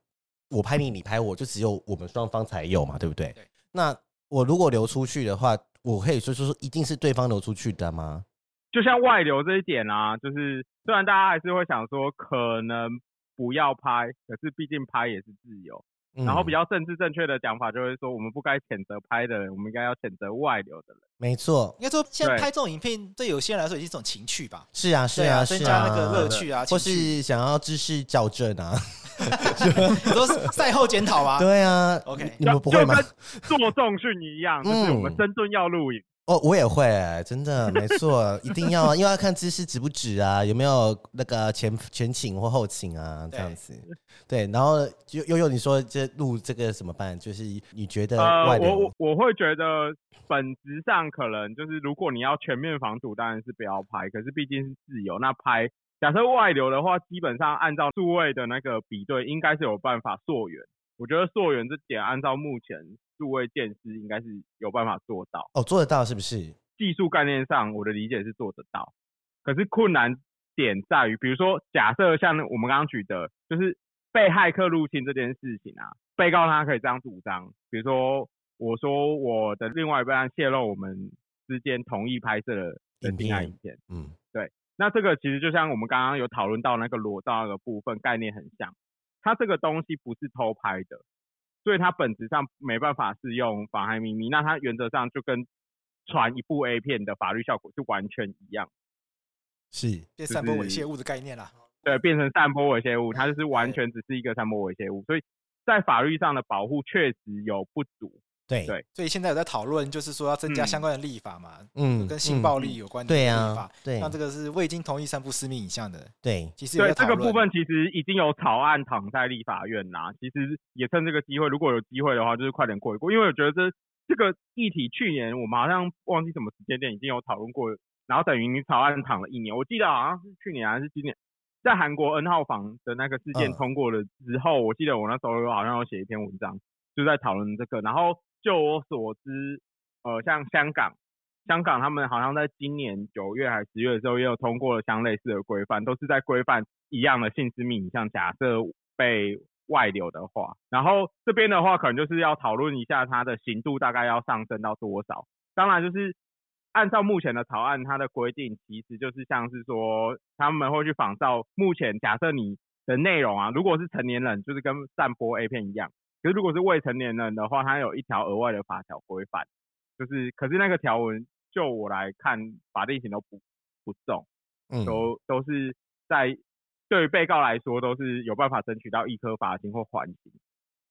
我拍你，你拍我，就只有我们双方才有嘛，对不对？
对
那我如果流出去的话，我可以说说说一定是对方流出去的吗？
就像外流这一点啊，就是虽然大家还是会想说可能不要拍，可是毕竟拍也是自由。
嗯
然后比较政治正确的讲法就会说，我们不该谴责拍的人，我们应该要谴责外流的人。
没错，
应该说，现在
对
拍这种影片对有些人来说已经是一种情趣 吧，
是啊，是
对啊
是
增
啊，
加那个乐趣啊
或
情趣
是想要知识校正啊，
都是赛后检讨啊。
对啊
OK
你你们不会吗
就？跟做重训一样，就是我们
嗯
深圳要录影，
哦，我也会、真的，没错，一定要啊， 因为要看知识值不值啊，有没有那个前前倾或后倾啊，这
对
样子。对，然后悠悠悠，你说这录这个怎么办？就是你觉得
呃
外，流、
我我我会觉得本质上可能就是，如果你要全面防堵，当然是不要拍，可是毕竟是自由，那拍。假设外流的话，基本上按照数位的那个比对，应该是有办法溯源。我觉得溯源这点，按照目前数位见识，应该是有办法做到。
哦做得到是不是？
技术概念上，我的理解是做得到，可是困难点在于，比如说，假设像我们刚刚举的，就是被骇客入侵这件事情啊，被告他可以这样主张，比如说我说我的另外一半泄露我们之间同意拍摄的的
影
性爱
片
影片，啊
嗯
那这个其实就像我们刚刚有讨论到那个裸照那个部分概念很像，它这个东西不是偷拍的，所以它本质上没办法适用妨害秘密。那它原则上就跟传一部 A 片的法律效果是完全一样，
是
变散播猥亵物的概念啦。
对，变成散播猥亵物，它就是完全只是一个散播猥亵物，所以在法律上的保护确实有不足。
对
对
所以现在有在讨论，就是说要增加相关的立法嘛，
嗯
跟性暴力有关
嗯
的
对
立
啊
法，，
对
那这个是未经同意散布私密影像的，
对，
其实有
对
在
这个
讨论
部分，其实已经有草案躺在立法院啦。其实也趁这个机会，如果有机会的话，就是快点过一过，因为我觉得这这个议题去年我们好像忘记什么时间点已经有讨论过，然后等于你草案躺了一年，我记得好像是去年还是今年，在韩国 N 号房的那个事件
嗯
通过了之后，我记得我那时候好像有写一篇文章，就在讨论这个。然后就我所知，呃，像香港。香港他们好像在今年九月还是十月的时候，也有通过了相类似的规范，都是在规范一样的性私密影像，假设被外流的话，然后这边的话可能就是要讨论一下它的刑度大概要上升到多少。当然就是按照目前的草案，它的规定其实就是像是说他们会去仿照目前假设你的内容啊，如果是成年人，就是跟散播 A 片一样。可是如果是未成年人的话，它有一条额外的法条规范，就是可是那个条文就我来看，法定刑都不不重，
嗯
都都是在对于被告来说都是有办法争取到一颗罚金或缓刑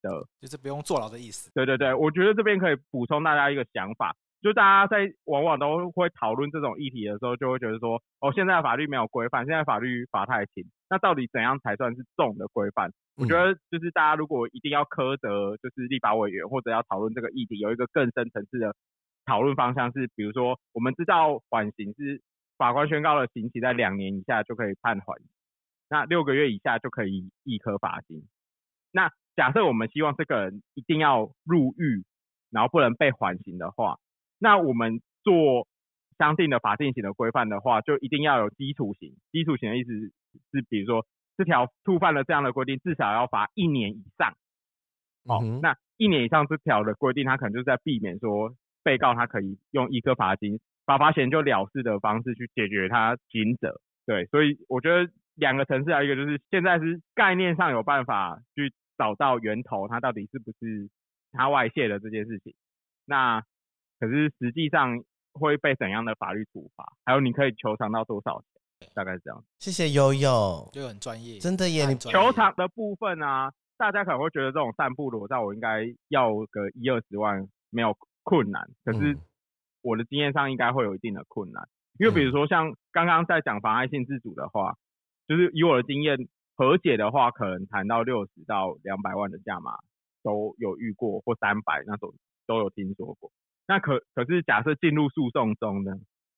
的
就是不用坐牢的意思。
对对对，我觉得这边可以补充大家一个想法，就大家在往往都会讨论这种议题的时候，就会觉得说，哦，现在的法律没有规范，现在法律罚太轻，那到底怎样才算是重的规范？我觉得就是大家如果一定要苛责，就是立法委员或者要讨论这个议题，有一个更深层次的讨论方向是，比如说我们知道缓刑是法官宣告了刑期在两年以下就可以判缓刑，那六个月以下就可以一颗罚金。那假设我们希望这个人一定要入狱，然后不能被缓刑的话，那我们做相应的法定刑的规范的话，就一定要有基础刑。基础刑的意思是，比如说这条触犯了这样的规定，至少要罚一年以上。哦，
嗯哼
那一年以上这条的规定，它可能就是在避免说被告他可以用一颗罚金、罚罚钱就了事的方式去解决他刑责。对，所以我觉得两个层次，还有一个就是现在是概念上有办法去找到源头，它到底是不是它外泄的这件事情。那可是实际上会被怎样的法律处罚？还有你可以求偿到多少钱？大概是这样。
谢谢悠悠，
就很专业，
真的耶，
他
你
很专业
球场的部分啊，大家可能会觉得这种散步裸照我应该要个一二十万没有困难，可是
嗯
我的经验上应该会有一定的困难，因为比如说像刚刚在讲妨碍性自主的话，就是以我的经验，和解的话可能谈到六十到两百万的价码都有遇过，或三百那种都有听说过。那可可是假设进入诉讼中呢？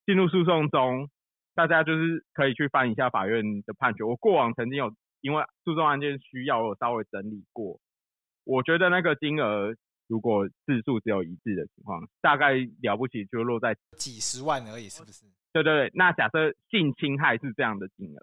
进入诉讼中，大家就是可以去翻一下法院的判决。我过往曾经有因为诉讼案件需要，我有稍微整理过。我觉得那个金额如果字数只有一致的情况，大概了不起就落在
几十万而已，是不是？
对对对。那假设性侵害是这样的金额，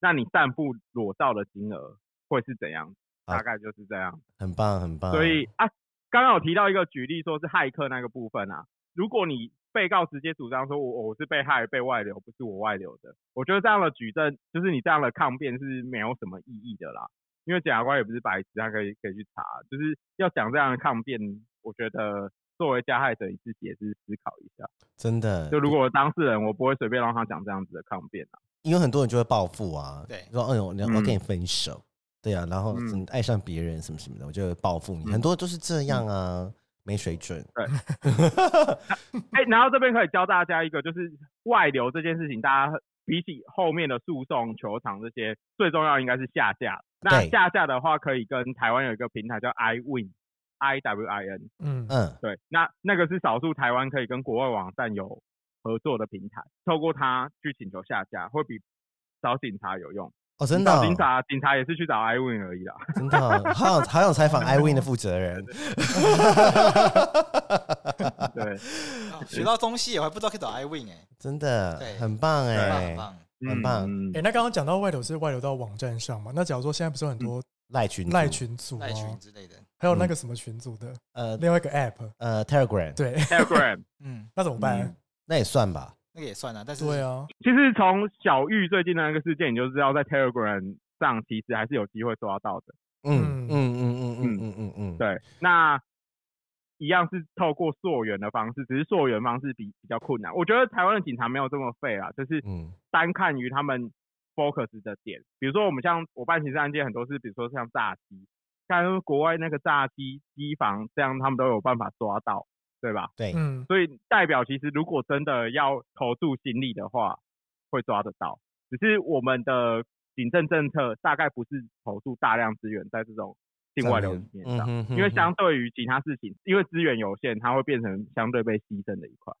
那你散布裸照的金额会是怎样？
好
大概就是这样。
很棒很棒，
所以啊，刚刚有提到一个举例，说是骇客那个部分啊，如果你被告直接主张说我我是被害被外流，不是我外流的，我觉得这样的举证就是你这样的抗辩是没有什么意义的啦，因为检察官也不是白痴，他可以可以去查，就是要讲这样的抗辩，我觉得作为加害者你自己也是思考一下，
真的，
就如果我当事人，我不会随便让他讲这样子的抗辩啊，
因为很多人就会报复啊，
对
说哎呦，我
嗯
我跟你分手，对啊，然后
嗯
你爱上别人什么什么的，我就会报复你，
嗯
很多都是这样啊，没水准，
哎、然后这边可以教大家一个，就是外流这件事情，大家比起后面的诉讼、球场这些，最重要应该是下架。那
对
下架的话，可以跟台湾有一个平台叫 iWin，I W I N，
嗯，
嗯，
对，那那个是少数台湾可以跟国外网站有合作的平台，透过它去请求下架，会比找警察有用。
哦，真的哦
找，警察，警察也是去找 iWin 而已啦。
真的哦，好想好想采访 Iwin 的负 责人，
对，
啊学到东西，我还不知道可以找 iWin 哎，
真的
对
很棒
很棒
哎
很，棒。
很棒
嗯
哎，那刚刚讲到外流是外流到网站上嘛？那假如说现在不是有很多
赖嗯群
赖
组
群组啊
赖，
哦
群之类的，
还有那个什么群组的
呃
另外一个 app，
呃 Telegram，
对，
Telegram，
嗯，
那怎么办
嗯？
那也算吧，
那个也算啊，但是
对啊，
其实从小玉最近的那个事件，你就知道在 Telegram 上其实还是有机会抓到的。
嗯嗯
嗯
嗯嗯嗯嗯嗯嗯，
对，那一样是透过溯源的方式，只是溯源方式比比较困难。我觉得台湾的警察没有这么废啦，就是
嗯
单看于他们 focus 的点，比如说我们像我办刑事案件很多是，比如说像炸鸡，像国外那个炸鸡机房，这样他们都有办法抓到，对吧？
对，
嗯，
所以代表其实如果真的要投注心力的话，会抓得到。只是我们的警政政策大概不是投注大量资源在这种境外流
上
体
面
面上，
嗯哼
因为
哼
相对于其他事情，因为资源有限，它会变成相对被牺牲的一块。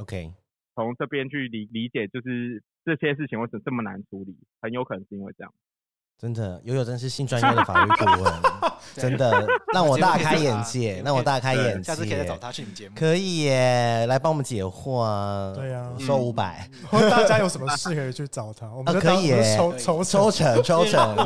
OK，
从这边去理理解，就是这些事情为什么这么难处理，很有可能是因为 这样。
真的，悠悠真是性专业的法律顾 问，真的让我大开眼界，让我大开眼界。
下次可以再找他去你们节目。
可以耶，来帮我们解惑啊！
对啊
我收五百，
或者大家有什么事可以去找他，我们就
可
当
以
我们
耶
筹
以
抽
筹筹
成抽成，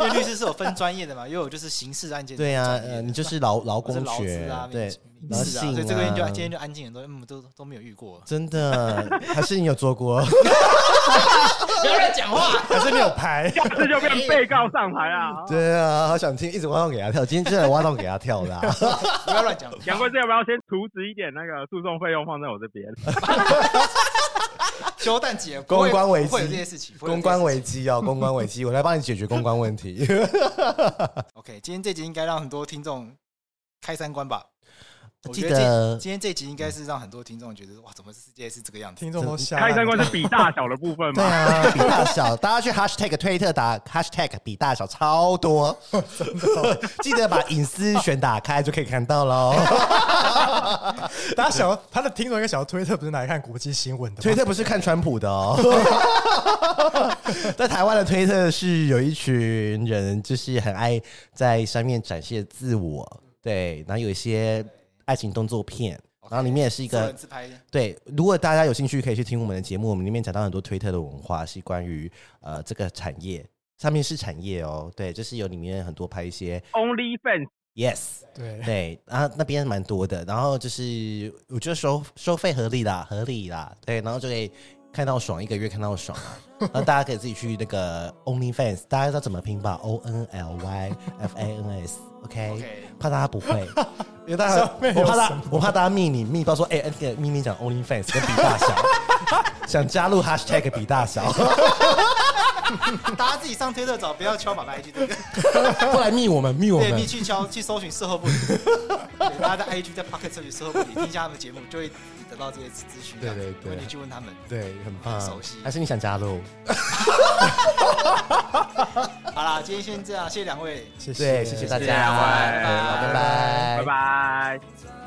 因为律师是有分专业的嘛，又有就是刑事案件的
对啊，
专业的
呃，你就是劳劳
我是
工
劳
学
资啊，，
对
民，
劳
事啊，
性
所以这个人就
啊
今天就安静很多，嗯，都都没有遇 过。
真的，还是你有做过？
不要乱 讲话，
还是没有 牌，
这就变被告上台 啊！
对啊，好想听，一直挖洞给他跳，今天真的挖洞给他跳 的啊。
不要乱讲。
杨贵妃要不要先除职一点那个诉讼费用放在我这边？
修蛋姐，不
公
会
关危机
不会有这些事情，不会有
公
这些事
关危机哦，公关危机，我来帮你解决公关问题。
OK，今天这集应该让很多听众开三观吧。我
记
觉这
得
今天这集应该是让很多听众觉得哇，怎么世界是这个样子？
听众都吓烂
开
了。
三关是比大小的部分
对
嘛？
啊，比大小， 大家去 hashtag 推特打 hashtag 比大小超多，记得把隐私权打开就可以看到喽。
大家想要他的听众应该想要推特不是拿来看国际新闻的吗？
推特不是看川普的哦，在台湾的推特是有一群人，就是很爱在上面展现自我，对，然后有一些爱情动作片，然后里面也是一
一个
个
人自 拍，
对，如果大家有兴趣，可以去听我们的节目，我们里面讲到很多推特的文化，是关于呃这个产业，上面是产业哦，对，就是有里面很多拍一些
Only Fans
yes，
对，
对，然后那边蛮多的，然后就是我觉得收收费合理啦，合理啦，对，然后就可以看到爽，一个月看到爽啊，然后大家可以自己去那个 OnlyFans，大家知道怎么拼吧？O N L Y F A N S，OK，、
OK
怕大家不会。因为大家
上，面有
我怕
什
大
么，
我怕大家密你密到说，哎、那个咪咪讲 OnlyFans 跟比大小，想加入 Hashtag 比大小，
啊大家自己上推特找，不要敲爸爸 IG 这个，
后来密我们，密我
对，
们
你，去敲去搜寻事后 不理，对大家在 IG 在 Pocket 搜寻事后不理，听一下他们节目就会得到这些资讯。
对对对
问你去问他们。
对，很棒，
很熟悉
啊还是你想加入？
好啦，今天先这样，谢谢两位。
谢谢，
对，谢谢大
谢谢
家，
两位
对拜拜，
拜拜。
Thank